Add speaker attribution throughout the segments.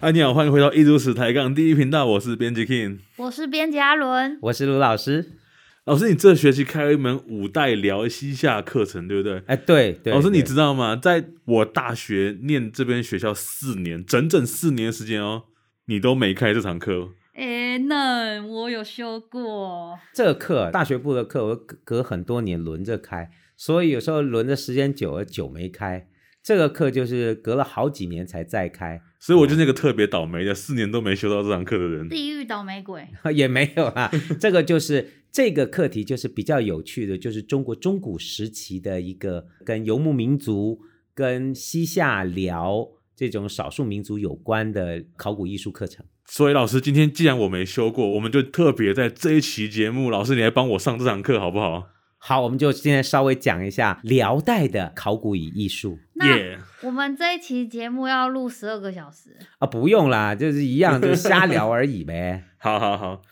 Speaker 1: 啊，你好，欢迎回到一如史抬杠第一频道，我是编辑 King。
Speaker 2: 我是编辑阿伦，
Speaker 3: 我是卢老师。
Speaker 1: 老师，你这学期开了一门五代聊西夏课程，对不对？
Speaker 3: 哎，对对，
Speaker 1: 老师，你
Speaker 3: 对
Speaker 1: 知道吗？在我大学念这边学校四年，整整四年的时间哦，你都没开这堂课。
Speaker 2: 诶，那哎我有修过，
Speaker 3: 这个课，大学部的课，我隔隔很多年轮着开，所以有时候轮的时间久了，久没开。这个课就是隔了好几年才再开，
Speaker 1: 所以我就是那个特别倒霉的，四年都没修到这堂课的人。
Speaker 2: 地狱倒霉鬼，
Speaker 3: 也没有啦。这个就是这个课题，就是比较有趣的，就是中国中古时期的一个跟游牧民族、跟西夏辽这种少数民族有关的考古艺术课程。
Speaker 1: 所以老师，今天既然我没修过，我们就特别在这一期节目，老师你来帮我上这堂课好不好？
Speaker 3: 好，我们就现在稍微讲一下辽代的考古与艺术。
Speaker 2: 那
Speaker 1: 耶、
Speaker 2: 我们这一期节目要录十二个小时，
Speaker 3: 啊，不用啦，就是一样，就是瞎聊而已呗。
Speaker 1: 好好好。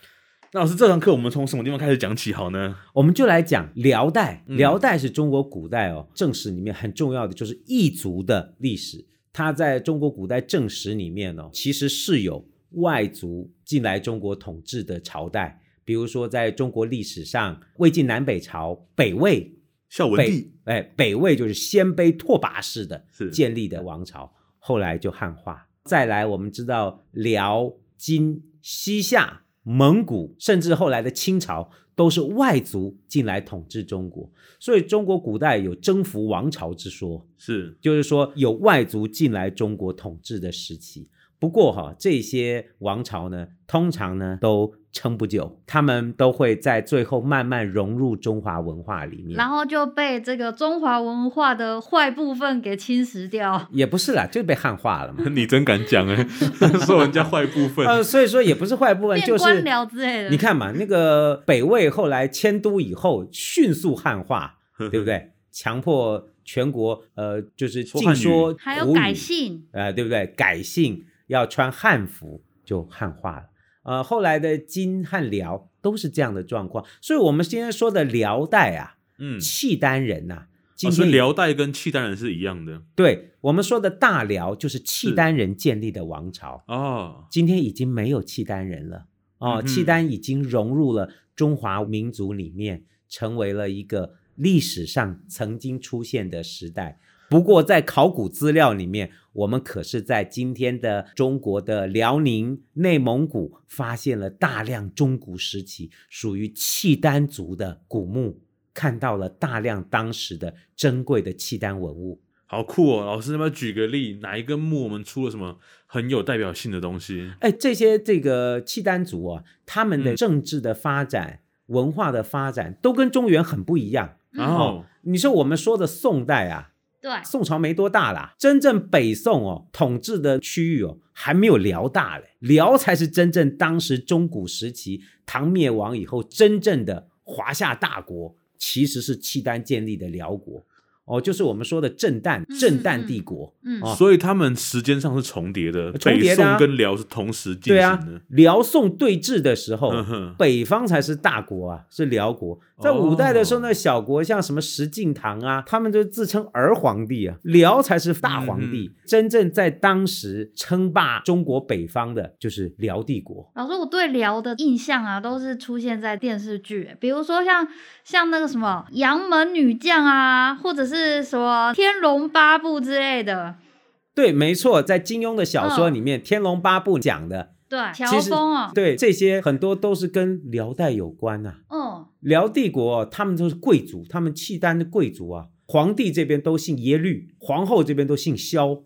Speaker 1: 那老师，这堂课我们从什么地方开始讲起好呢？
Speaker 3: 我们就来讲辽代，
Speaker 1: 嗯
Speaker 3: 辽代是中国古代哦正史里面很重要的，就是异族的历史。它在中国古代正史里面哦，其实是有外族进来中国统治的朝代，比如说在中国历史上，魏晋南北朝，北魏
Speaker 1: 孝文
Speaker 3: 北
Speaker 1: 帝
Speaker 3: 哎北魏就是鲜卑拓跋氏的
Speaker 1: 是
Speaker 3: 建立的王朝，后来就汉化。再来，我们知道辽、金、西夏、蒙古，甚至后来的清朝，都是外族进来统治中国，所以中国古代有征服王朝之说。
Speaker 1: 是
Speaker 3: 就是说有外族进来中国统治的时期。不过哈，这些王朝呢，通常呢都撑不久，他们都会在最后慢慢融入中华文化里面。
Speaker 2: 然后就被这个中华文化的坏部分给侵蚀掉。
Speaker 3: 也不是啦，就被汉化
Speaker 1: 。
Speaker 3: 了嘛
Speaker 1: 你真敢讲哎、 说人家坏部分。
Speaker 3: 呃，所以说也不是坏部分，就
Speaker 2: 变官
Speaker 3: 是
Speaker 2: 僚之类的，
Speaker 3: 你看嘛，那个北魏后来迁都以后，迅速 汉化，对不对？强迫全国呃，就是
Speaker 1: 说
Speaker 3: 禁
Speaker 1: 汉语
Speaker 3: 说
Speaker 2: 还有
Speaker 3: 胡语
Speaker 2: 改姓，
Speaker 3: 呃，对不对？改姓要穿汉服就汉化了。呃，后来的金和辽都是这样的状况，所以我们今天说的辽代啊，
Speaker 1: 嗯，
Speaker 3: 契丹人呐、今
Speaker 1: 哦，所
Speaker 3: 天
Speaker 1: 以
Speaker 3: 也、
Speaker 1: 辽代跟契丹人是一样的
Speaker 3: 对我们说的大辽就是契
Speaker 1: 是
Speaker 3: 丹人建立的王朝，
Speaker 1: 哦。
Speaker 3: 今天已经没有契丹人了哦，
Speaker 1: 嗯哼
Speaker 3: 契丹已经融入了中华民族里面，成为了一个历史上曾经出现的时代。不过在考古资料里面，我们可是在今天的中国的辽宁、内蒙古发现了大量中古时期属于契丹族的古墓，看到了大量当时的珍贵的契丹文物。
Speaker 1: 好酷哦！老师，要不要举个例？哪一个墓我们出了什么很有代表性的东西？
Speaker 3: 哎，这些这个契丹族啊，他们
Speaker 1: 嗯
Speaker 3: 的政治的发展、文化的发展都跟中原很不一样。
Speaker 2: 嗯
Speaker 1: 然后
Speaker 3: 你说我们说的宋代啊，
Speaker 2: 对，
Speaker 3: 宋朝没多大啦，真正北宋哦统治的区域哦还没有辽大嘞，辽才是真正当时中古时期唐灭亡以后真正的华夏大国，其实是契丹建立的辽国哦，就是我们说的震旦
Speaker 2: 嗯
Speaker 3: 震旦
Speaker 2: 嗯
Speaker 3: 帝国。
Speaker 2: 嗯，
Speaker 3: 哦
Speaker 1: 所以他们时间上是重叠的，
Speaker 3: 重
Speaker 1: 北
Speaker 3: 叠的
Speaker 1: 宋
Speaker 3: 啊
Speaker 1: 跟辽是同时进
Speaker 3: 对
Speaker 1: 行
Speaker 3: 啊哦
Speaker 1: 的。，
Speaker 3: 辽宋对峙的时候
Speaker 1: 嗯哼，
Speaker 3: 北方才是大国啊，是辽国。在
Speaker 1: 哦
Speaker 3: 五代的时候呢，小国像什么石敬瑭啊，他们就自称儿皇帝啊，辽才是大皇帝。真正在当时称霸中国北方的就是辽帝国。
Speaker 2: 老师，我对辽的印象啊，都是出现在电视剧，比如说像像那个什么《杨门女将》啊，或者是什么《天龙八部》之类的。
Speaker 3: 对，没错，在金庸的小说
Speaker 2: 嗯
Speaker 3: 里面，天龙八部》讲的，
Speaker 2: 对，
Speaker 3: 其
Speaker 2: 乔
Speaker 3: 实
Speaker 2: 峰啊，
Speaker 3: 对这些很多都是跟辽代有关呐、
Speaker 2: 嗯，
Speaker 3: 辽帝国、他们都是贵族，他们契丹的贵族啊，皇帝这边都姓耶律，皇后这边都姓萧。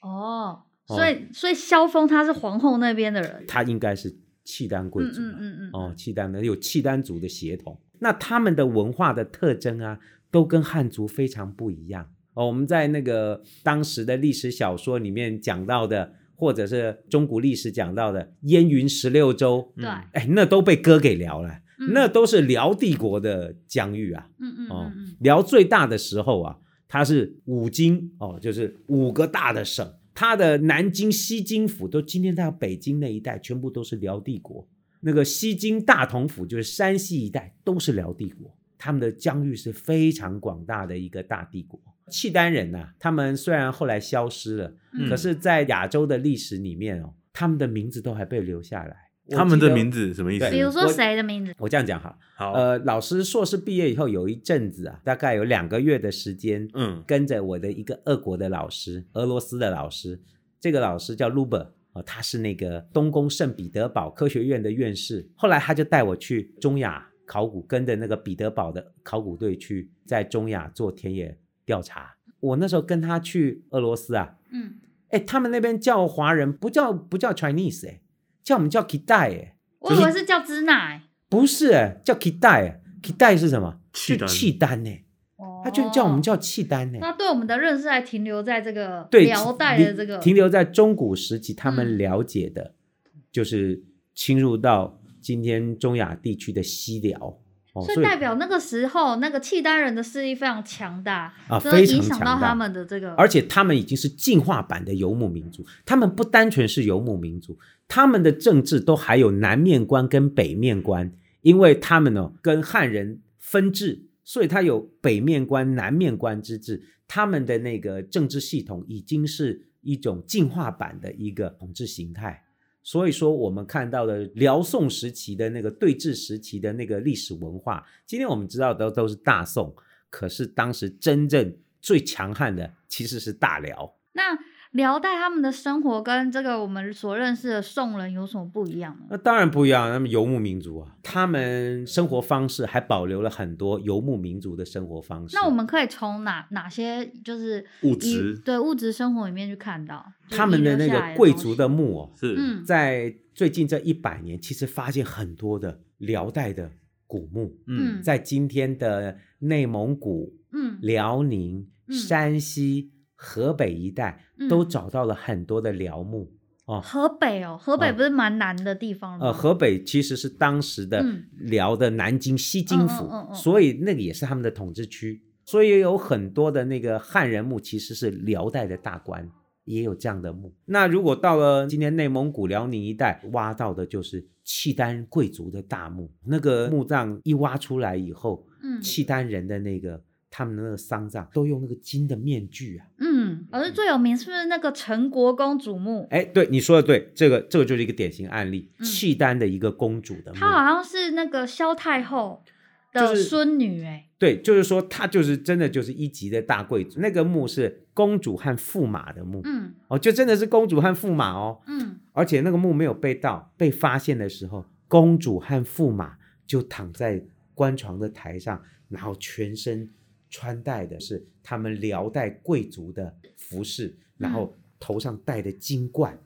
Speaker 2: 哦，
Speaker 3: 哦
Speaker 2: 所以所以萧峰他是皇后那边的人，
Speaker 3: 他应该是契丹贵
Speaker 2: 嗯
Speaker 3: 族
Speaker 2: 嗯
Speaker 3: 吧
Speaker 2: 嗯嗯，
Speaker 3: 哦，契丹的有契丹族的血统，那他们的文化的特征啊，都跟汉族非常不一样哦。我们在那个当时的历史小说里面讲到的，或者是中古历史讲到的燕云十六州，
Speaker 2: 对，
Speaker 1: 嗯
Speaker 3: 哎，那都被割给辽了，
Speaker 2: 嗯
Speaker 3: 那都是辽帝国的疆域啊。
Speaker 2: 嗯嗯
Speaker 3: 哦
Speaker 2: 嗯嗯，，
Speaker 3: 辽最大的时候啊，它是五京哦，就是五个大的省，它的南京、西京府都今天到北京那一带，全部都是辽帝国。那个西京大同府就是山西一带，都是辽帝国，他们的疆域是非常广大的一个大帝国。契丹人呐、他们虽然后来消失了，
Speaker 2: 嗯
Speaker 3: 可是，在亚洲的历史里面哦，他们的名字都还被留下来。
Speaker 1: 他们的名
Speaker 3: 字，
Speaker 1: 字什么意思
Speaker 3: 对？
Speaker 2: 比如说
Speaker 3: 我
Speaker 2: 谁的名字？
Speaker 3: 我这样讲哈，
Speaker 1: 好，
Speaker 3: 呃，老师硕士毕业以后有一阵子啊，大概有两个月的时间，
Speaker 1: 嗯，
Speaker 3: 跟着我的一个俄国的老师，俄罗斯的老师，这个老师叫 Luber 啊、呃他是那个东宫圣彼得堡科学院的院士。后来他就带我去中亚考古，跟着那个彼得堡的考古队去在中亚做田野调查。我那时候跟他去俄罗斯啊，
Speaker 2: 嗯，
Speaker 3: 哎，他们那边叫华人不叫不叫 Chinese 哎，叫我们叫 Kidai 哎，
Speaker 2: 我以为是叫支那、欸，
Speaker 3: 不是哎，叫 Kidai 哎，Kidai 是什么？
Speaker 1: 契丹
Speaker 3: 是契丹哎，
Speaker 2: 哦
Speaker 3: 他就叫我们。叫契丹哎。
Speaker 2: 那对我们的认识还停留在这个
Speaker 3: 对
Speaker 2: 辽代的这个
Speaker 3: 停留在中古时期，他们
Speaker 2: 嗯
Speaker 3: 了解的、就是侵入到今天中亚地区的西辽，哦，
Speaker 2: 所以代表那个时候那个契丹人的势力非常强大，
Speaker 3: 啊
Speaker 2: 真的
Speaker 3: 非常
Speaker 2: 影响到
Speaker 3: 强大
Speaker 2: 他们的这个，
Speaker 3: 而且他们已经是进化版的游牧民族，他们不单纯是游牧民族，他们的政治都还有南面官跟北面官，因为他们呢跟汉人分治，所以他有北面官、南面官之治，他们的那个政治系统已经是一种进化版的一个统治形态。所以说，我们看到的辽宋时期的那个对峙时期的那个历史文化，今天我们知道的都是大宋，可是当时真正最强悍的其实是大辽。
Speaker 2: 那辽代他们的生活跟这个我们所认识的宋人有什么不一样呢？
Speaker 3: 那当然不一样，他们游牧民族啊，他们生活方式还保留了很多游牧民族的生活方式。
Speaker 2: 那我们可以从哪哪些就是
Speaker 1: 物
Speaker 2: 一
Speaker 1: 质
Speaker 2: 对物质生活里面去看到就是
Speaker 3: 他们
Speaker 2: 遗
Speaker 3: 的
Speaker 2: 留
Speaker 3: 那
Speaker 2: 下来
Speaker 3: 个
Speaker 2: 的
Speaker 3: 贵
Speaker 2: 东
Speaker 3: 族
Speaker 2: 西
Speaker 3: 的木偶，
Speaker 1: 是，
Speaker 2: 嗯
Speaker 3: 在最近这一百年，其实发现很多的辽代的古墓，
Speaker 2: 嗯
Speaker 3: 在今天的内蒙古、
Speaker 2: 嗯
Speaker 3: 辽宁、
Speaker 2: 嗯
Speaker 3: 山西、河北一带
Speaker 2: 嗯
Speaker 3: 都找到了很多的辽墓哦。
Speaker 2: 河北哦，河北
Speaker 3: 哦
Speaker 2: 不是蛮南的地方吗？
Speaker 3: 呃，河北其实是当时的
Speaker 2: 哦嗯
Speaker 3: 辽的南京西京府，
Speaker 2: 嗯嗯嗯嗯
Speaker 3: 所以那个也是他们的统治区，所以有很多的那个汉人墓其实是辽代的大官。也有这样的墓。那如果到了今天内蒙古、辽宁一带，挖到的就是契丹贵族的大墓。那个墓葬一挖出来以后，
Speaker 2: 嗯
Speaker 3: 契丹人的那个他们的那个丧葬都用那个金的面具啊。
Speaker 2: 嗯，而最有名是不是那个陈国公主墓？
Speaker 3: 哎，对，你说的对，这个这个就是一个典型案例，
Speaker 2: 嗯
Speaker 3: 契丹的一个公主的墓。
Speaker 2: 她好像是那个萧太后的
Speaker 3: 嗯就是
Speaker 2: 孙女哎、
Speaker 3: 对，就是说她就是真的就是一级的大贵族。那个墓是公主和驸马的墓，
Speaker 2: 嗯
Speaker 3: 哦，就真的是公主和驸马哦。
Speaker 2: 嗯，
Speaker 3: 而且那个墓没有被盗，被发现的时候，公主和驸马就躺在棺床的台上，然后全身穿戴的是他们辽代贵族的服饰，然后头上戴的金冠，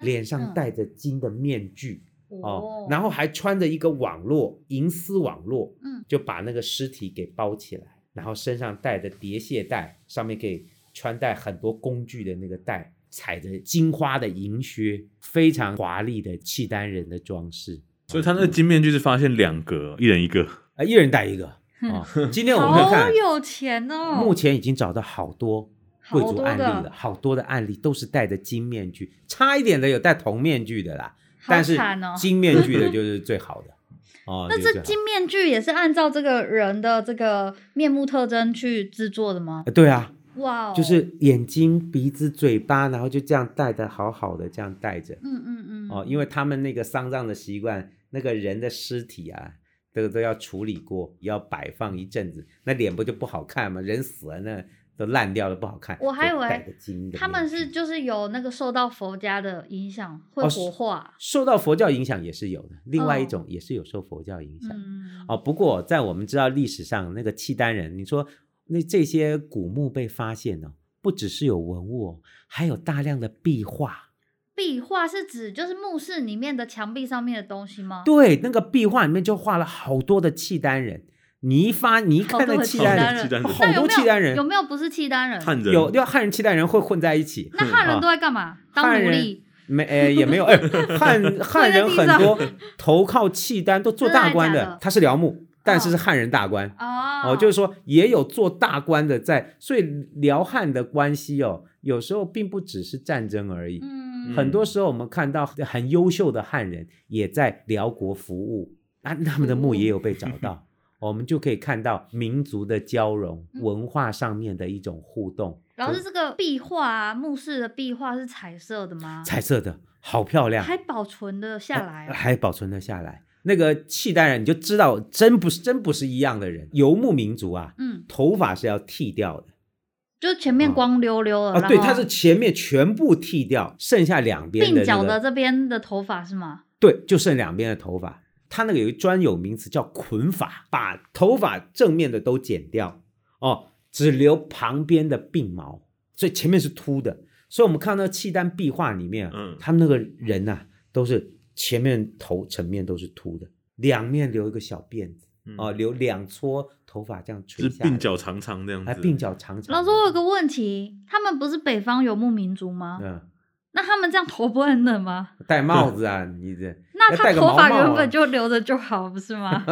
Speaker 3: 脸上戴着金的面具哦，然
Speaker 2: 后
Speaker 3: 后还穿着一个网络银丝网络，
Speaker 2: 嗯
Speaker 3: 就把那个尸体给包起来，然后身上带着叠蟹带，上面可以穿戴很多工具的那个带，踩着金花的银靴，非常华丽的契丹人的装饰。
Speaker 1: 所以他那个金面具是发现两个，一人一个，
Speaker 3: 啊，一人戴一个 啊、今天我们
Speaker 2: 好
Speaker 3: 看，
Speaker 2: 有钱哦，
Speaker 3: 目前已经找到好多贵
Speaker 2: 好
Speaker 3: 族
Speaker 2: 多
Speaker 3: 案例
Speaker 2: 的
Speaker 3: 了，好多的案例都是戴着金面具，差一点的有戴铜面具的啦，
Speaker 2: 好
Speaker 3: 但是
Speaker 2: 惨哦。
Speaker 3: 金面具的就是最好的。哦，
Speaker 2: 那
Speaker 3: 就是最
Speaker 2: 这
Speaker 3: 好
Speaker 2: 金面具也是按照这个人的这个面目特征去制作的吗
Speaker 3: 啊？对啊，
Speaker 2: 哇、哦，
Speaker 3: 就是眼睛、鼻子、嘴巴，然后就这样戴的好好的，这样戴着
Speaker 2: 嗯嗯嗯
Speaker 3: 哦，因为他们那个丧葬的习惯，那个人的尸体啊，这个都要处理过，要摆放一阵子，那脸不就不好看吗？人死了那都烂掉了，不好看。
Speaker 2: 我还以
Speaker 3: 就
Speaker 2: 为
Speaker 3: 戴个金的
Speaker 2: 他们
Speaker 3: 面具
Speaker 2: 是就是有那个受到佛家的影响，会
Speaker 3: 哦
Speaker 2: 火化。
Speaker 3: 受到佛教影响也是有的，另外一
Speaker 2: 哦
Speaker 3: 种也是有受佛教影响。
Speaker 2: 嗯，
Speaker 3: 哦，不过在我们知道历史上那个契丹人，你说那这些古墓被发现呢、不只是有文物哦，还有大量的壁画。
Speaker 2: 壁画是指就是墓室里面的墙壁上面的东西吗？
Speaker 3: 对，那个壁画里面就画了好多的契丹人。你一发，你一
Speaker 2: 好
Speaker 3: 看
Speaker 2: 多
Speaker 3: 那
Speaker 2: 的
Speaker 3: 契
Speaker 2: 契
Speaker 3: 丹
Speaker 2: 丹
Speaker 1: 哦
Speaker 2: 人
Speaker 3: 人，
Speaker 1: 契丹人
Speaker 3: 好
Speaker 2: 那有没有
Speaker 3: 多契丹人
Speaker 2: 有没有不是契丹人？
Speaker 1: 汉人
Speaker 3: 有要汉人、契丹人会混在一起。
Speaker 2: 那汉人都在干嘛？当
Speaker 3: 啊汉
Speaker 2: 奴
Speaker 3: 人
Speaker 2: 隶？
Speaker 3: 没，呃，也没有， 哎，汉汉人很多投靠契丹都做大官
Speaker 2: 真的还假的
Speaker 3: 的，他是辽牧，但是
Speaker 2: 哦
Speaker 3: 是汉人大官。
Speaker 2: 哦
Speaker 3: 哦，就是说也有做大官的在，所以辽汉的关系哦，有时候并不只是战争而已。
Speaker 2: 嗯，
Speaker 3: 很多时候我们看到很优秀的汉人也在辽国服务啊，他们的墓也有被找到 我们就可以看到民族的交融、
Speaker 2: 嗯
Speaker 3: 文化上面的一种互动。
Speaker 2: 老师，这个壁画啊，墓室的壁画是彩色的吗？
Speaker 3: 彩哎色的好漂亮，
Speaker 2: 啊还保存的下来啊、
Speaker 3: 还保存了下来。那个契丹人你就知道，真不是真不是一样的人。游牧民族啊，
Speaker 2: 嗯，
Speaker 3: 头发是要剃掉的
Speaker 2: 就前面
Speaker 3: 啊
Speaker 2: 光溜溜的，
Speaker 3: 啊，对，
Speaker 2: 哦然后
Speaker 3: 它是前面全部剃掉，剩下两边
Speaker 2: 鬓
Speaker 3: 的、那
Speaker 2: 角
Speaker 3: 个
Speaker 2: 的这边的头发是吗？
Speaker 3: 对，就剩两边的头发。它那个有一专有名词叫捆法，把头发正面的都剪掉哦，只留旁边的鬓毛，所以前面是秃的。所以我们看到契丹壁画里面，啊
Speaker 1: 嗯
Speaker 3: 他们那个人呐、都是前面头整面都是秃的，两面留一个小辫子
Speaker 1: 嗯
Speaker 3: 哦，留两撮头发这样
Speaker 1: 就
Speaker 3: 垂
Speaker 1: 是
Speaker 3: 下来，
Speaker 1: 鬓角长长这样
Speaker 3: 哎，
Speaker 1: 子，
Speaker 3: 鬓角长长。
Speaker 2: 老师，我有个问题，他们不是北方游牧民族吗？
Speaker 3: 嗯，
Speaker 2: 那他们这样头不会很冷吗？
Speaker 3: 戴帽子啊，你这
Speaker 2: 那
Speaker 3: 要
Speaker 2: 他
Speaker 3: 戴个
Speaker 2: 头发
Speaker 3: 毛帽
Speaker 2: 原
Speaker 3: 啊
Speaker 2: 本就留着就好，不是 吗？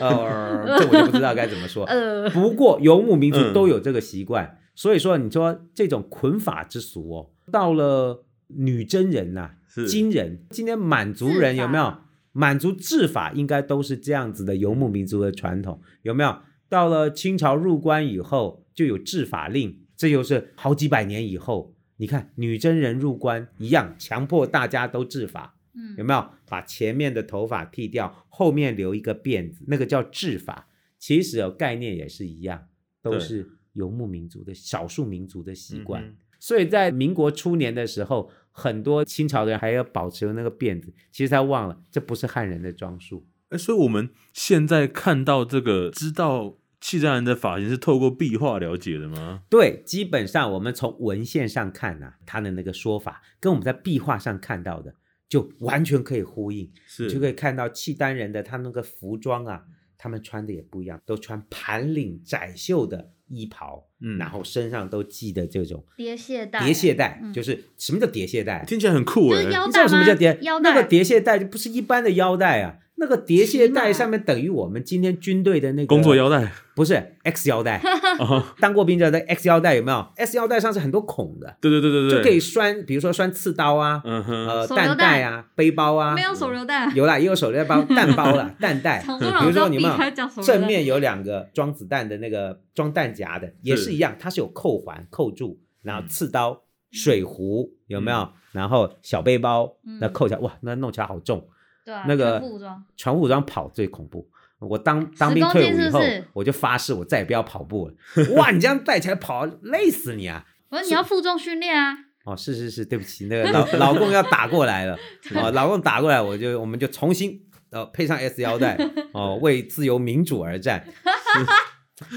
Speaker 3: 呃， 这我就不知道该怎么说。
Speaker 2: 呃，
Speaker 3: 不过游牧民族
Speaker 1: 嗯
Speaker 3: 都有这个习惯，所以说你说这种捆法之俗哦，到了女真人呐、
Speaker 1: 是嗯
Speaker 3: 金人，今天满族人
Speaker 2: 制法
Speaker 3: 有没有？满族制法应该都是这样子的游牧民族的传统，有没有？到了清朝入关以后就有制法令，这又是好几百年以后。你看女真人入关一样，强迫大家都制法，
Speaker 2: 嗯
Speaker 3: 有没有把前面的头发剃掉，后面留一个辫子，那个叫制法。其实哦，概念也是一样，都
Speaker 1: 对
Speaker 3: 是游牧民族的少数民族的习惯。
Speaker 1: 嗯
Speaker 3: 所以在民国初年的时候，很多清朝人还要保持那个辫子。其实他忘了，这不是汉人的装束。
Speaker 1: 哎，所以我们现在看到这个，知道契丹人的发型是透过壁画了解的吗？
Speaker 3: 对，基本上我们从文献上看呐、他的那个说法跟我们在壁画上看到的就完全可以呼应。
Speaker 1: 是，
Speaker 3: 你就可以看到契丹人的他那个服装啊，他们穿的也不一样，都穿盘领窄袖的衣袍，
Speaker 1: 嗯
Speaker 3: 然后身上都系的这种
Speaker 2: 叠蟹带，
Speaker 3: 叠蟹带，
Speaker 2: 嗯
Speaker 3: 就是什么叫叠蟹带啊？
Speaker 1: 听起来很酷
Speaker 2: 就
Speaker 1: 哎
Speaker 2: 是，腰
Speaker 3: 你知
Speaker 2: 带
Speaker 3: 道什么叫
Speaker 2: 吗
Speaker 3: 叠
Speaker 2: 腰带
Speaker 3: 那个叠蟹带就不是一般的腰带啊，那个叠蟹带
Speaker 2: 骑马
Speaker 3: 上面等于我们今天军队的那个
Speaker 1: 工作腰带
Speaker 3: 不是 X 腰 带，
Speaker 1: 啊，
Speaker 3: 当过兵知道 X 腰带有没有？S 腰带上是很多孔的，
Speaker 1: 对对对对
Speaker 3: 就
Speaker 1: 对，
Speaker 3: 可以拴，比如说拴刺刀啊，
Speaker 1: 嗯哼，
Speaker 3: 呃，
Speaker 2: 手榴
Speaker 3: 弹带啊，背包啊，
Speaker 2: 没有手榴 弹，
Speaker 3: 有啦，也有手榴弹包、弹 包啦、弹带。
Speaker 2: 从
Speaker 3: 比
Speaker 2: 多少
Speaker 3: 如说
Speaker 2: 张
Speaker 3: 你
Speaker 2: 避
Speaker 3: 们
Speaker 2: 开讲手榴
Speaker 3: 正
Speaker 2: 弹？
Speaker 3: 面有两个装子弹的那个装弹夹的，也是一样，它是有扣环扣住，然后刺刀、水壶有没有？然后小背包
Speaker 2: 嗯
Speaker 3: 那扣起来，哇，那弄起来好重。
Speaker 2: 对啊，
Speaker 3: 那个
Speaker 2: 全副武装，
Speaker 3: 全副武装跑最恐怖。我当当
Speaker 2: 10
Speaker 3: 兵
Speaker 2: 公
Speaker 3: 退
Speaker 2: 斤
Speaker 3: 伍以
Speaker 2: 是
Speaker 3: 后
Speaker 2: 不是，
Speaker 3: 我就发誓我再也不要跑步了。哇，你这样带起来跑，累死你啊！
Speaker 2: 我说你要负重训练啊，
Speaker 3: 哦，是是是，对不起，那个老老公要打 过来了，哦，老公打过来，我就我们就重新呃配上 S 腰带，哦，为自由民主而战。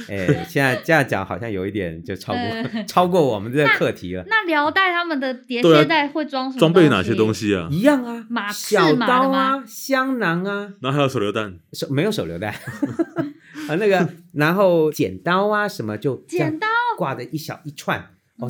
Speaker 3: 哎，现在这样讲好像有一点就超过超过我们这个课题了，
Speaker 2: 那辽带他们的叠
Speaker 1: 对啊
Speaker 2: 鞋带会装什么？
Speaker 1: 装备哪些东？西啊？
Speaker 3: 一样啊，
Speaker 2: 马刺
Speaker 3: 小
Speaker 2: 马的
Speaker 3: 刀
Speaker 2: 吗
Speaker 3: 啊，香囊啊，
Speaker 1: 然后还有手榴弹，
Speaker 3: 手没有手榴弹 啊，那个然后剪刀啊什么就这样
Speaker 2: 剪刀
Speaker 3: 挂的一小一串。哦，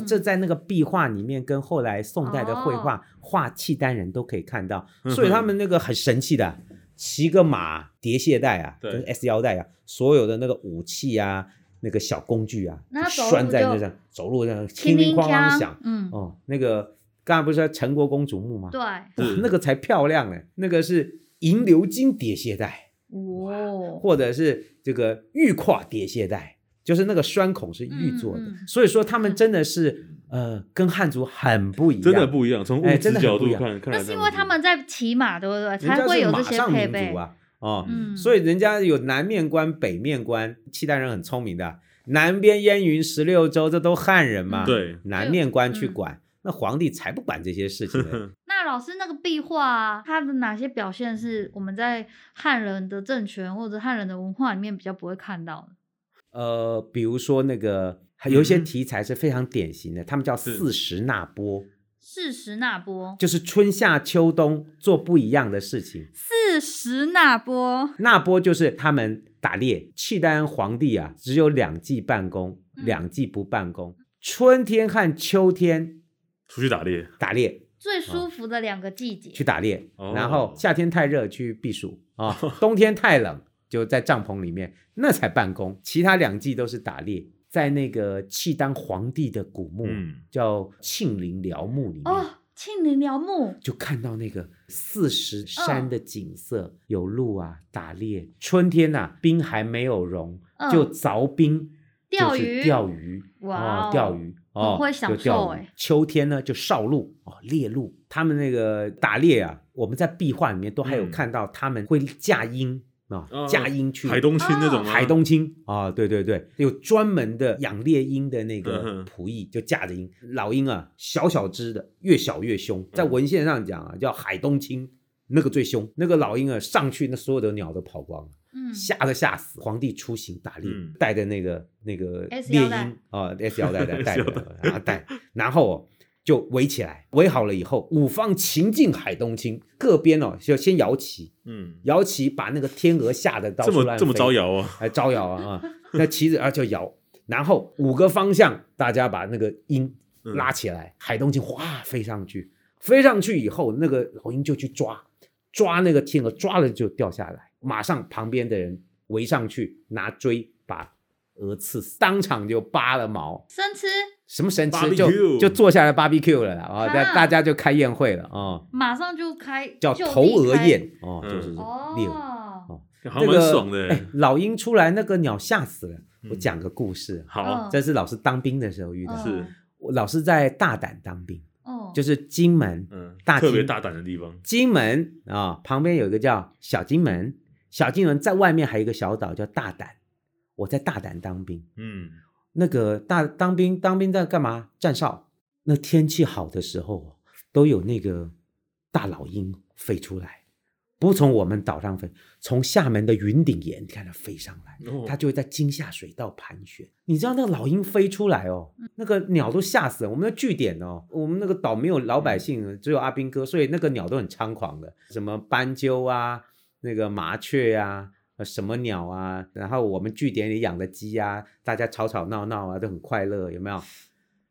Speaker 2: 嗯哦
Speaker 3: 这在那个壁画里面，跟后来宋代的绘画、画契丹人都可以看到，
Speaker 1: 嗯哼
Speaker 3: 所以他们那个很神奇的，骑个马、叠鞋带啊，
Speaker 1: 对
Speaker 3: 跟 S 腰带啊，所有的那个武器啊、那个小工具啊，
Speaker 2: 那走路
Speaker 3: 拴在
Speaker 2: 就
Speaker 3: 那上，走路那样
Speaker 2: 叮
Speaker 3: 叮叮
Speaker 2: 锵
Speaker 3: 哐啷响。
Speaker 2: 嗯，
Speaker 3: 哦，那个刚才不是说陈国公主墓吗？
Speaker 2: 对，
Speaker 3: 哇
Speaker 1: 是
Speaker 3: 那个才漂亮嘞，那个是银鎏金叠鞋带。
Speaker 2: 哦，
Speaker 3: 或者是这个玉胯叠鞋带，就是那个栓孔是玉做的，
Speaker 2: 嗯嗯嗯
Speaker 3: 所以说他们真的是呃跟汉族很不一样，
Speaker 1: 真的不一样。从物
Speaker 3: 哎
Speaker 1: 质
Speaker 3: 真的很
Speaker 1: 角
Speaker 3: 不
Speaker 1: 度
Speaker 3: 一样
Speaker 1: 看，看
Speaker 2: 那
Speaker 1: 来
Speaker 2: 是
Speaker 1: 这
Speaker 2: 因
Speaker 1: 样
Speaker 2: 为
Speaker 1: 子
Speaker 2: 他们在骑马，对不对？
Speaker 3: 人家
Speaker 2: 才
Speaker 3: 是
Speaker 2: 会有这
Speaker 3: 马
Speaker 2: 些
Speaker 3: 上
Speaker 2: 配
Speaker 3: 民
Speaker 2: 备
Speaker 3: 族。啊，哦，
Speaker 2: 嗯，
Speaker 3: 所以人家有南面关、北面关，契丹人很聪明的，南边燕云十六州这都汉人嘛，
Speaker 2: 嗯，
Speaker 1: 对，
Speaker 3: 南面关去
Speaker 2: 嗯
Speaker 3: 管，那皇帝才不管这些事情呢
Speaker 2: 那老师那个壁画啊，它的哪些表现是我们在汉人的政权或者汉人的文化里面比较不会看到的？
Speaker 3: 呃，比如说那个还有一些
Speaker 1: 嗯
Speaker 3: 题材是非常典型的，他们叫
Speaker 1: 是
Speaker 3: 四时纳波，
Speaker 2: 四十那波，
Speaker 3: 就是春夏秋冬做不一样的事情。
Speaker 2: 四十那波，
Speaker 3: 那波就是他们打猎，契丹皇帝啊，只有两季办公，
Speaker 2: 嗯
Speaker 3: 两季不办公，春天和秋天
Speaker 1: 出去打猎，
Speaker 3: 打猎
Speaker 2: 最舒服的两个季节。
Speaker 3: 哦去打猎，
Speaker 1: 哦
Speaker 3: 然后夏天太热去避暑啊、冬天太冷就在帐篷里面，那才办公，其他两季都是打猎。在那个契丹皇帝的古墓，
Speaker 1: 嗯
Speaker 3: 叫庆陵辽墓里面，
Speaker 2: 哦，庆陵辽墓，
Speaker 3: 就看到那个四石山的景色，有鹿啊，打猎。春天呐、冰还没有融，
Speaker 2: 嗯
Speaker 3: 就哦凿冰，
Speaker 2: 钓
Speaker 3: 就是
Speaker 2: 鱼
Speaker 3: 钓鱼，
Speaker 2: 哇
Speaker 3: 哦
Speaker 2: 哦，
Speaker 3: 钓鱼。哦，
Speaker 2: 很会享
Speaker 3: 就钓
Speaker 2: 受
Speaker 3: 鱼
Speaker 2: 欸
Speaker 3: 秋天呢，就少鹿哦，猎鹿。他们那个打猎啊，我们在壁画里面都还有
Speaker 1: 嗯
Speaker 3: 看到他们会嫁鹰啊
Speaker 1: 哦，
Speaker 3: 嫁鹰去
Speaker 1: 海东青那种吗？
Speaker 3: 海东青啊，对对对，有专门的养猎鹰的那
Speaker 1: 嗯
Speaker 3: 个
Speaker 1: 哼
Speaker 3: 仆役，就架着鹰。老鹰啊，小小只的，越小越凶。
Speaker 1: 嗯
Speaker 3: 在文献上讲啊，叫海东青，那个最凶。那个老鹰啊，上去那所有的鸟都跑光了，
Speaker 2: 嗯，
Speaker 3: 吓都吓死。皇帝出行打猎
Speaker 1: 嗯，
Speaker 3: 带着那个那个
Speaker 2: S
Speaker 3: 猎
Speaker 2: 腰带
Speaker 3: 鹰啊，S 腰带 带带
Speaker 1: S 腰
Speaker 3: 着，然后带，然后哦。就围起来，围好了以后，五方秦进海东青，各边哦就先摇旗，
Speaker 1: 嗯，
Speaker 3: 摇旗把那个天鹅吓得到
Speaker 1: 这
Speaker 3: 处
Speaker 1: 么
Speaker 3: 乱
Speaker 1: 这么
Speaker 3: 飞
Speaker 1: 招摇啊？
Speaker 3: 哎，招摇啊啊！ 那旗子啊就摇，然后五个方向，大家把那个鹰
Speaker 1: 嗯
Speaker 3: 拉起来，海东青哗飞上去，飞上去以后，那个老鹰就去抓，抓那个天鹅，抓了就掉下来，马上旁边的人围上去拿锥把鹅刺死，当场就扒了毛。
Speaker 2: 生吃
Speaker 3: 什么神奇
Speaker 1: Barbecue
Speaker 3: 就就坐下来 barbecue 了啦啊！大、
Speaker 2: 啊
Speaker 3: 大家就开宴会了啊、
Speaker 2: 马上就开，
Speaker 3: 叫
Speaker 2: 就地
Speaker 3: 头鹅
Speaker 2: 开
Speaker 3: 宴哦，
Speaker 1: 嗯
Speaker 3: 就是猎鹅。
Speaker 2: 哦，
Speaker 1: 好像
Speaker 3: 这个
Speaker 1: 蛮爽的
Speaker 3: 哎
Speaker 1: 欸。
Speaker 3: 老鹰出来那个鸟吓死了。我
Speaker 1: 嗯
Speaker 3: 讲个故事，啊
Speaker 1: 好，
Speaker 3: 这是老师当兵的时候遇到。
Speaker 1: 是
Speaker 2: 嗯
Speaker 3: 我老师在大胆当兵，
Speaker 2: 哦，
Speaker 3: 就是是金门，
Speaker 1: 嗯，
Speaker 3: 大
Speaker 1: 特别
Speaker 3: 厅
Speaker 1: 大胆的地方，
Speaker 3: 金门啊、旁边有一个叫小金门，小金门在外面还有一个小岛叫大胆。我在大胆当兵，
Speaker 1: 嗯，
Speaker 3: 那个大当兵当兵在干嘛？站哨。那天气好的时候，都有那个大老鹰飞出来，不从我们岛上飞，从厦门的云顶岩你看它飞上来。
Speaker 1: 哦
Speaker 3: 它就会在金夏水道盘旋。你知道那个老鹰飞出来哦，那个鸟都吓死了。我们的据点哦，我们那个岛没有老百姓，只有阿兵哥，所以那个鸟都很猖狂的，什么斑鸠啊，那个麻雀啊。呃什么鸟啊？然后我们据点里养的鸡啊，大家吵吵闹闹啊，都很快乐，有没有？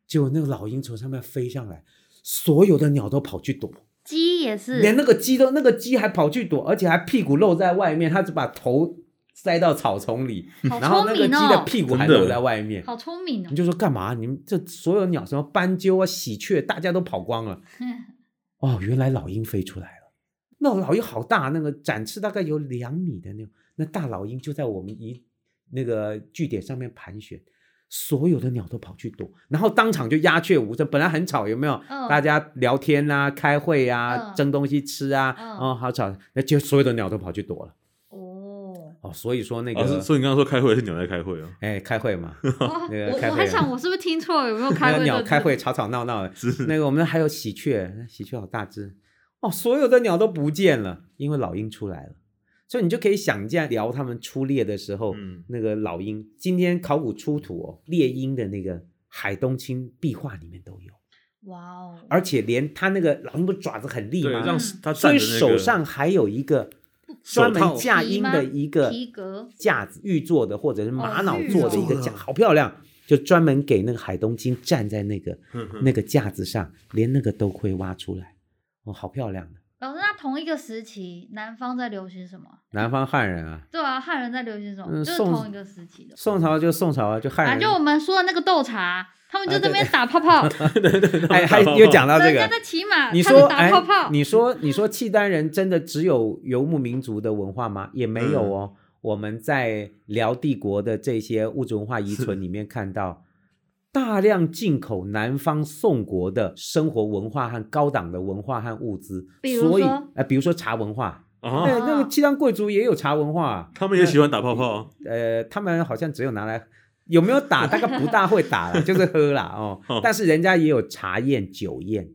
Speaker 3: 结果那个老鹰从上面飞上来，所有的鸟都跑去躲，
Speaker 2: 鸡也是，
Speaker 3: 连那个鸡都，那个鸡还跑去躲，而且还屁股露在外面，它只把头塞到草丛里，
Speaker 2: 好
Speaker 3: 然后
Speaker 2: 聪
Speaker 3: 那个
Speaker 2: 明
Speaker 3: 鸡的
Speaker 2: 哦，
Speaker 3: 屁嗯股还
Speaker 1: 真的
Speaker 3: 露在外面，
Speaker 2: 好聪明哦
Speaker 3: 你，就说干嘛？你们这所有鸟，什么斑鸠啊、喜鹊，大家都跑光了。哦，原来老鹰飞出来了。那老鹰好大，那个展翅大概有两米的那种，那大老鹰就在我们一那个据点上面盘旋，所有的鸟都跑去躲，然后当场就鸦雀无声。本来很吵，有没有？
Speaker 2: 嗯
Speaker 3: 大家聊天啊、开会啊、
Speaker 2: 嗯
Speaker 3: 争东西吃啊，
Speaker 2: 嗯
Speaker 3: 哦，好吵。那就所有的鸟都跑去躲了。
Speaker 2: 哦，
Speaker 3: 哦，所以说那个，
Speaker 1: 老师，啊所以你刚刚说开会是鸟在开会啊？
Speaker 3: 哎，开会嘛，
Speaker 2: 哦
Speaker 3: 那个
Speaker 2: 我
Speaker 3: 开
Speaker 2: 我
Speaker 3: 会
Speaker 2: 还
Speaker 3: 了
Speaker 2: 想我是不是听错了，有没有开
Speaker 3: 那
Speaker 2: 会
Speaker 3: 个鸟
Speaker 2: 这个
Speaker 3: 开
Speaker 2: 字
Speaker 3: 会吵吵闹闹的。
Speaker 1: 是
Speaker 3: 那个我们还有喜鹊，那喜鹊好大只哦，所有的鸟都不见了，因为老鹰出来了。所以你就可以想见，聊他们出猎的时候，
Speaker 1: 嗯
Speaker 3: 那个老鹰。今天考古出土哦，猎鹰的那个海东青壁画里面都有，
Speaker 2: 哇哦，
Speaker 3: 而且连它那个老鹰不是爪子很利
Speaker 1: 对，
Speaker 3: 吗？
Speaker 1: 让
Speaker 2: 嗯
Speaker 1: 他
Speaker 3: 所
Speaker 1: 站
Speaker 3: 以
Speaker 1: 着那
Speaker 3: 手
Speaker 1: 个
Speaker 3: 上还有一个
Speaker 1: 手
Speaker 3: 专门
Speaker 1: 套
Speaker 3: 架
Speaker 2: 皮
Speaker 3: 鹰
Speaker 2: 吗
Speaker 3: 的一个
Speaker 2: 皮革
Speaker 3: 架子，玉做的或者是玛
Speaker 2: 哦
Speaker 3: 瑙
Speaker 2: 玉
Speaker 3: 做的一个
Speaker 1: 做
Speaker 3: 架，
Speaker 1: 的
Speaker 3: 好漂亮，就专门给那个海东青站在那个
Speaker 1: 哼哼
Speaker 3: 那个架子上，连那个都会挖出来，哦，好漂亮的
Speaker 2: 老师，那同一个时期，南方在流行什么？
Speaker 3: 南方汉人啊，
Speaker 2: 对啊，汉人在流行什么？
Speaker 3: 嗯
Speaker 2: 就是
Speaker 3: 宋
Speaker 2: 同一个时期的。
Speaker 3: 宋朝就宋朝啊，就汉
Speaker 2: 反
Speaker 3: 人，
Speaker 2: 正就我们说的那个斗茶，他们就
Speaker 3: 啊
Speaker 2: 这
Speaker 3: 对
Speaker 2: 边打泡泡，
Speaker 3: 哎，还又讲到这
Speaker 2: 人家
Speaker 3: 个。
Speaker 2: 在骑马，
Speaker 3: 你
Speaker 2: 他们
Speaker 3: 说，
Speaker 2: 打
Speaker 3: 哎
Speaker 2: 泡泡，，
Speaker 3: 你说，你说，契丹人真的只有游牧民族的文化吗？也没有哦。我们在辽帝国的这些物质文化遗 存里面看到，大量进口南方宋国的生活文化和高档的文化和物资，
Speaker 2: 比如
Speaker 3: 所以
Speaker 2: 说，
Speaker 3: 呃，比如说茶文化，哎、
Speaker 1: 啊，
Speaker 3: 那个契丹贵族也有茶文化啊、
Speaker 1: 他们也喜欢打泡泡
Speaker 3: 呃，他们好像只有拿来有没有打，大概不大会打了，就是喝啦哦
Speaker 1: 哦。
Speaker 3: 但是人家也有茶宴、酒宴，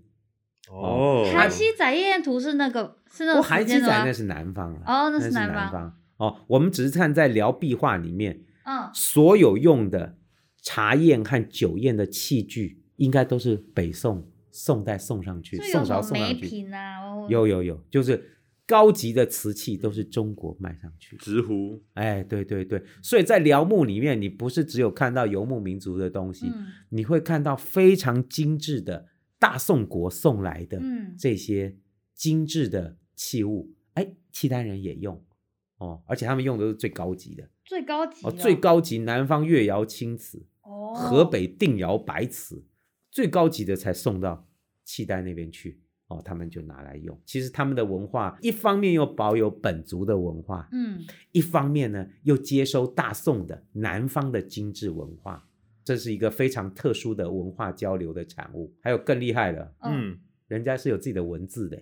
Speaker 1: 哦
Speaker 2: 韩熙载夜宴图是那个是那
Speaker 3: 不，
Speaker 2: 个
Speaker 3: 韩
Speaker 2: 时
Speaker 3: 熙
Speaker 2: 间的
Speaker 3: 载那
Speaker 2: 吗？
Speaker 3: 是南方啦
Speaker 2: 哦那是
Speaker 3: 是
Speaker 2: 南
Speaker 3: 南
Speaker 2: 方
Speaker 3: 哦。我们只是看在聊壁画里面，
Speaker 2: 嗯，
Speaker 3: 所有用的茶宴和酒宴的器具，应该都是北宋、宋代送上去，
Speaker 2: 就
Speaker 3: 宋
Speaker 2: 有什
Speaker 3: 朝
Speaker 2: 么
Speaker 3: 送
Speaker 2: 梅
Speaker 3: 上去。
Speaker 2: 瓶啊，然后
Speaker 3: 有有有，就是高级的瓷器都是中国卖上去。
Speaker 1: 直呼
Speaker 3: 哎，对对对，所以在辽墓里面，你不是只有看到游牧民族的东西，
Speaker 2: 嗯
Speaker 3: 你会看到非常精致的大宋国送来的
Speaker 2: 嗯
Speaker 3: 这些精致的器物，哎，契丹人也用哦，而且他们用的都是最高级的
Speaker 2: 最高级
Speaker 3: 哦，
Speaker 2: 了
Speaker 3: 最高级南方越窑青瓷、
Speaker 2: 哦
Speaker 3: 河北定窑白瓷，最高级的才送到契丹那边去。哦，他们就拿来用。其实他们的文化一方面又保有本族的文化，
Speaker 2: 嗯，
Speaker 3: 一方面呢又接收大宋的南方的精致文化，这是一个非常特殊的文化交流的产物。还有更厉害的，
Speaker 2: 哦，
Speaker 1: 嗯，
Speaker 3: 人家是有自己的文字的，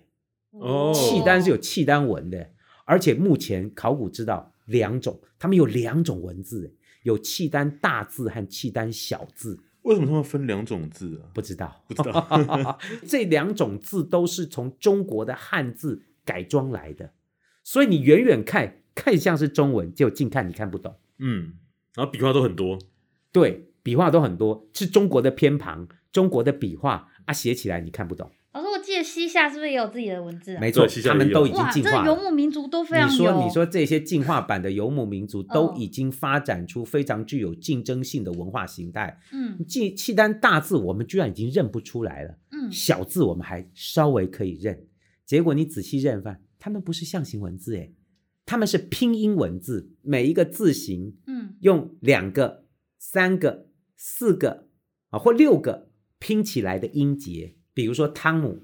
Speaker 1: 哦
Speaker 3: 契丹是有契丹文的，而且目前考古知道两种，他们有两种文字，有契丹大字和契丹小字，
Speaker 1: 为什么他们分两种字啊？
Speaker 3: 不知道。
Speaker 1: 不知道，
Speaker 3: 这两种字都是从中国的汉字改装来的，所以你远远看看像是中文，结果近看你看不懂。
Speaker 1: 嗯，然后笔画都很多，
Speaker 3: 对，笔画都很多，是中国的偏旁，中国的笔画啊，写起来你看不懂。
Speaker 2: 老师，我记得西夏是不是也有自己的文字啊？
Speaker 3: 没错，
Speaker 1: 对西夏
Speaker 3: 他们
Speaker 1: 也有
Speaker 3: 都已经
Speaker 2: 哇，
Speaker 3: 进
Speaker 2: 这
Speaker 3: 化
Speaker 2: 游
Speaker 3: 了。
Speaker 2: 牧民族都非
Speaker 3: 你
Speaker 2: 常有。
Speaker 3: 说，你说这些进化版的游牧民族都
Speaker 2: 哦
Speaker 3: 已经发展出非常具有竞争性的文化形态。
Speaker 2: 嗯
Speaker 3: 契契丹大字我们居然已经认不出来了，
Speaker 2: 嗯，
Speaker 3: 小字我们还稍微可以认，结果你仔细认翻，他们不是象形文字诶，他们是拼音文字，每一个字形
Speaker 2: 嗯
Speaker 3: 用两个、三个、四个啊或六个拼起来的音节，比如说汤姆，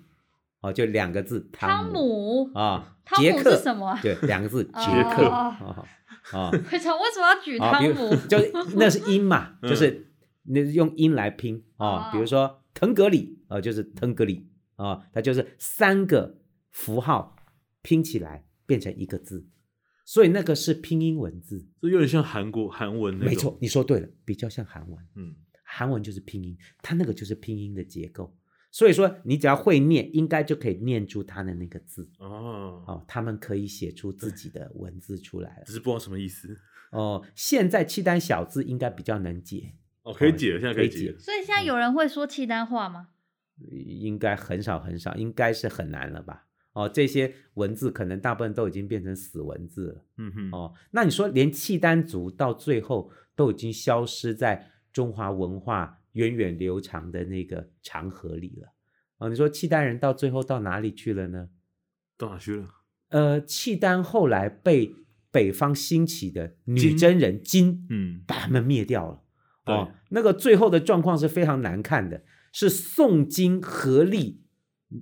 Speaker 3: 哦，就两个字
Speaker 2: 汤
Speaker 3: 姆
Speaker 2: 姆，
Speaker 3: 啊，
Speaker 2: 汤
Speaker 3: 杰
Speaker 2: 姆
Speaker 3: 克
Speaker 2: 是什么啊
Speaker 3: 对，两个字杰克
Speaker 2: 哦
Speaker 3: 啊啊
Speaker 2: 会唱为什么要举
Speaker 3: 啊，
Speaker 2: 汤
Speaker 3: 比
Speaker 2: 姆
Speaker 3: 如？ 就是那是音嘛，
Speaker 1: 嗯
Speaker 3: 就是那用音来拼
Speaker 2: 哦
Speaker 3: 啊，比如说腾格里啊，就是腾格里啊，它就是三个符号拼起来变成一个字，所以那个是拼音文字，
Speaker 1: 这有点像韩国韩文那种。
Speaker 3: 没错，，你说对了，比较像韩文。
Speaker 1: 嗯，
Speaker 3: 韩文就是拼音，它那个就是拼音的结构。所以说，你只要会念，应该就可以念出它的那个字
Speaker 1: 哦，
Speaker 3: 哦。他们可以写出自己的文字出来了
Speaker 1: 只是不知道什么意思。
Speaker 3: 哦。现在契丹小字应该比较能解，
Speaker 1: 哦，可以解了，现在可以
Speaker 3: 可以解
Speaker 1: 解了。
Speaker 2: 所以现在有人会说契丹话吗？
Speaker 3: 应该很少很少，应该是很难了吧？哦，这些文字可能大部分都已经变成死文字了。
Speaker 1: 嗯哼，
Speaker 3: 哦，那你说连契丹族到最后都已经消失在中华文化源远流长的那个长河里了。哦，你说契丹人到最后到哪里去了呢？
Speaker 1: 到哪去了？
Speaker 3: 呃，契丹后来被北方兴起的女
Speaker 1: 金
Speaker 3: 真人金
Speaker 1: 嗯，
Speaker 3: 把他们灭掉了。
Speaker 1: 对
Speaker 3: 哦，那个最后的状况是非常难看的，是宋金合力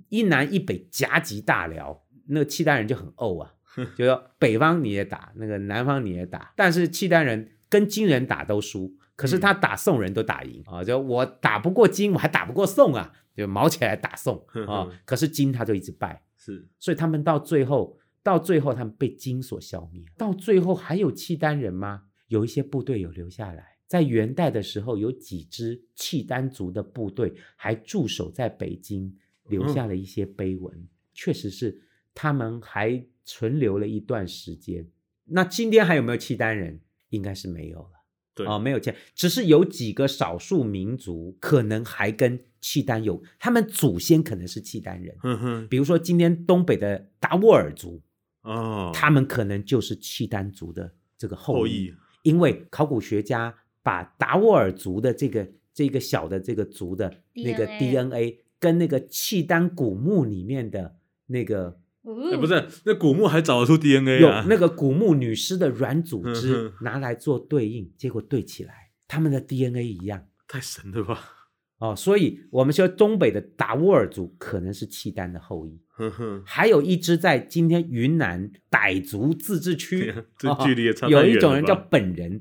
Speaker 3: 一南一北夹击大辽，那个契丹人就很怄啊，就说北方你也打，那个南方你也打，但是契丹人跟金人打都输，可是他打宋人都打赢啊、就我打不过金，我还打不过宋啊，就毛起来打宋啊、可是金他就一直败，
Speaker 1: 是
Speaker 3: 所以他们到最后，到最后他们被金所消灭。到最后还有契丹人吗？有一些部队有留下来，在元代的时候，有几支契丹族的部队还驻守在北京，留下了一些碑文。确实是，他们还存留了一段时间。那今天还有没有契丹人？应该是没有了。
Speaker 1: 对
Speaker 3: 哦，没有见，只是有几个少数民族可能还跟契丹有，他们祖先可能是契丹人，
Speaker 1: 哼哼，
Speaker 3: 比如说今天东北的达斡尔族，
Speaker 1: 哦，
Speaker 3: 他们可能就是契丹族的这个后
Speaker 1: 后
Speaker 3: 裔，
Speaker 1: 羿，
Speaker 3: 因为考古学家把达斡尔族的这个这个小的这个族的那个
Speaker 2: DNA
Speaker 3: DNA 跟那个契丹古墓里面的那个
Speaker 1: 哎
Speaker 2: 哦
Speaker 1: 不，是，那古墓还找得出 DNA
Speaker 3: 有
Speaker 1: 啊？
Speaker 3: 那个古墓女尸的软组
Speaker 1: 嗯
Speaker 3: 织
Speaker 1: 哼
Speaker 3: 拿来做对应，结果对起来，他们的 DNA 一样。
Speaker 1: 太神了 吧？
Speaker 3: 哦，所以我们说东北的达斡尔族可能是契丹的后裔，
Speaker 1: 哼哼，，
Speaker 3: 还有一支在今天云南傣族自治区 哦
Speaker 1: 这距离也差太
Speaker 3: 有一
Speaker 1: 远
Speaker 3: 种
Speaker 1: 了
Speaker 3: 人叫
Speaker 1: 吧
Speaker 3: 本人，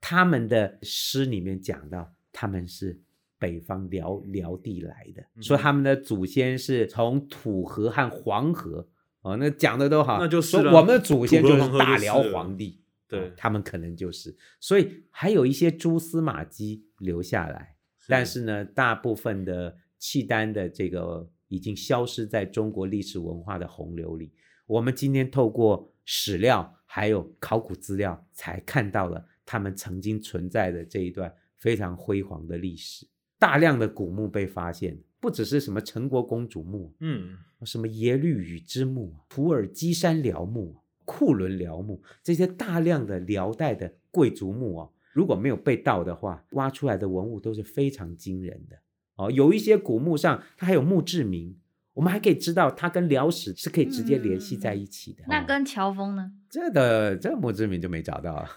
Speaker 3: 他们的诗里面讲到他们是北方辽辽地来的，说
Speaker 1: 嗯
Speaker 3: 他们的祖先是从土河和黄河哦，那讲的都好，
Speaker 1: 那就是
Speaker 3: 说
Speaker 1: 啦
Speaker 3: 我们的祖先
Speaker 1: 土
Speaker 3: 就
Speaker 1: 河
Speaker 3: 是
Speaker 1: 黄河
Speaker 3: 大
Speaker 1: 就是
Speaker 3: 辽
Speaker 1: 了
Speaker 3: 皇帝，
Speaker 1: 对
Speaker 3: 哦他们可能就是，所以还有一些蛛丝马迹留下来。但是呢，大部分的契丹的这个已经消失在中国历史文化的洪流里。我们今天透过史料还有考古资料，才看到了他们曾经存在的这一段非常辉煌的历史。大量的古墓被发现，不只是什么陈国公主墓，
Speaker 1: 嗯，
Speaker 3: 什么耶律语之墓、土耳基山辽墓、啊库伦辽墓这些大量的辽代的贵族墓哦，如果没有被盗的话，挖出来的文物都是非常惊人的哦。有一些古墓上它还有墓志铭，我们还可以知道它跟辽史是可以直接联系在一起的。
Speaker 2: 嗯那
Speaker 3: 哦
Speaker 2: 跟乔峰呢？
Speaker 3: 这的这墓志铭就没找到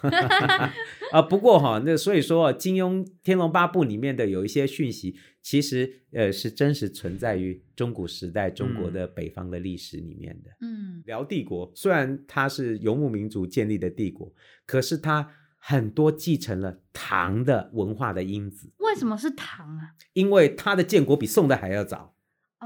Speaker 3: 啊。不过哈、那所以说金庸《天龙八部》里面的有一些讯息，其实呃是真实存在于中古时代中国的北方的历史里面的。
Speaker 2: 嗯
Speaker 3: 辽帝国虽然它是游牧民族建立的帝国，可是它很多继承了唐的文化的因子，
Speaker 2: 为什么是唐啊？
Speaker 3: 因为它的建国比宋代还要早。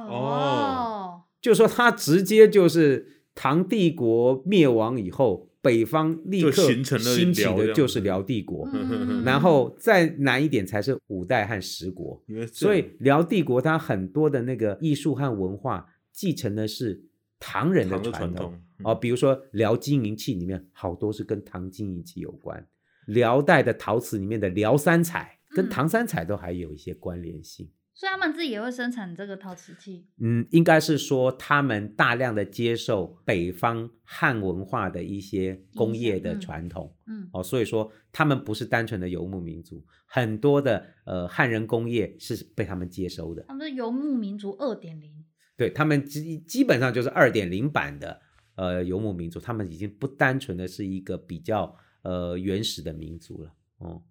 Speaker 1: 哦，
Speaker 3: 就说他直接就是唐帝国灭亡以后，北方立刻
Speaker 1: 就形成了
Speaker 3: 兴起
Speaker 1: 辽这
Speaker 3: 的
Speaker 1: 样
Speaker 3: 就是
Speaker 1: 子
Speaker 3: 辽帝国，
Speaker 2: 嗯
Speaker 3: 然后再南一点才是五代和十国。
Speaker 1: 因为这
Speaker 3: 所以辽帝国它很多的那个艺术和文化继承的是唐人的
Speaker 1: 唐的
Speaker 3: 传
Speaker 1: 传
Speaker 3: 统
Speaker 1: 统嗯
Speaker 3: 哦，，比如说辽金银器里面好多是跟唐金银器有关，辽代的陶瓷里面的辽三彩跟
Speaker 2: 嗯
Speaker 3: 唐三彩都还有一些关联性。
Speaker 2: 所以他们自己也会生产这个陶瓷器。
Speaker 3: 嗯，应该是说他们大量的接受北方汉文化的一些工业的
Speaker 2: 嗯
Speaker 3: 传统、
Speaker 2: 嗯
Speaker 3: 哦，所以说他们不是单纯的游牧民族，很多的呃汉人工业是被他们接收的，
Speaker 2: 他们是游牧民族二点零。
Speaker 3: 对他们基基本上就是二点零版的呃游牧民族，他们已经不单纯的是一个比较呃原始的民族了，哦，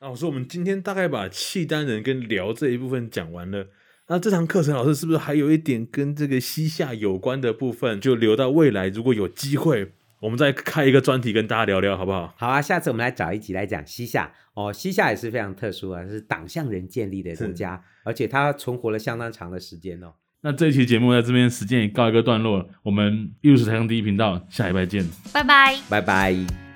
Speaker 1: 那老哦师，我们今天大概把契丹人跟辽这一部分讲完了。那这堂课程，老师是不是还有一点跟这个西夏有关的部分，就留到未来，如果有机会，我们再开一个专题跟大家聊聊，好不好？
Speaker 3: 好啊，下次我们来找一集来讲西夏哦。西夏也是非常特殊啊，是党项人建立的国
Speaker 1: 是
Speaker 3: 家，而且它存活了相当长的时间哦。
Speaker 1: 那这一期节目在这边时间也告一个段落了，我们艺术台上第一频道下礼拜见。
Speaker 2: 拜拜。
Speaker 3: 拜拜。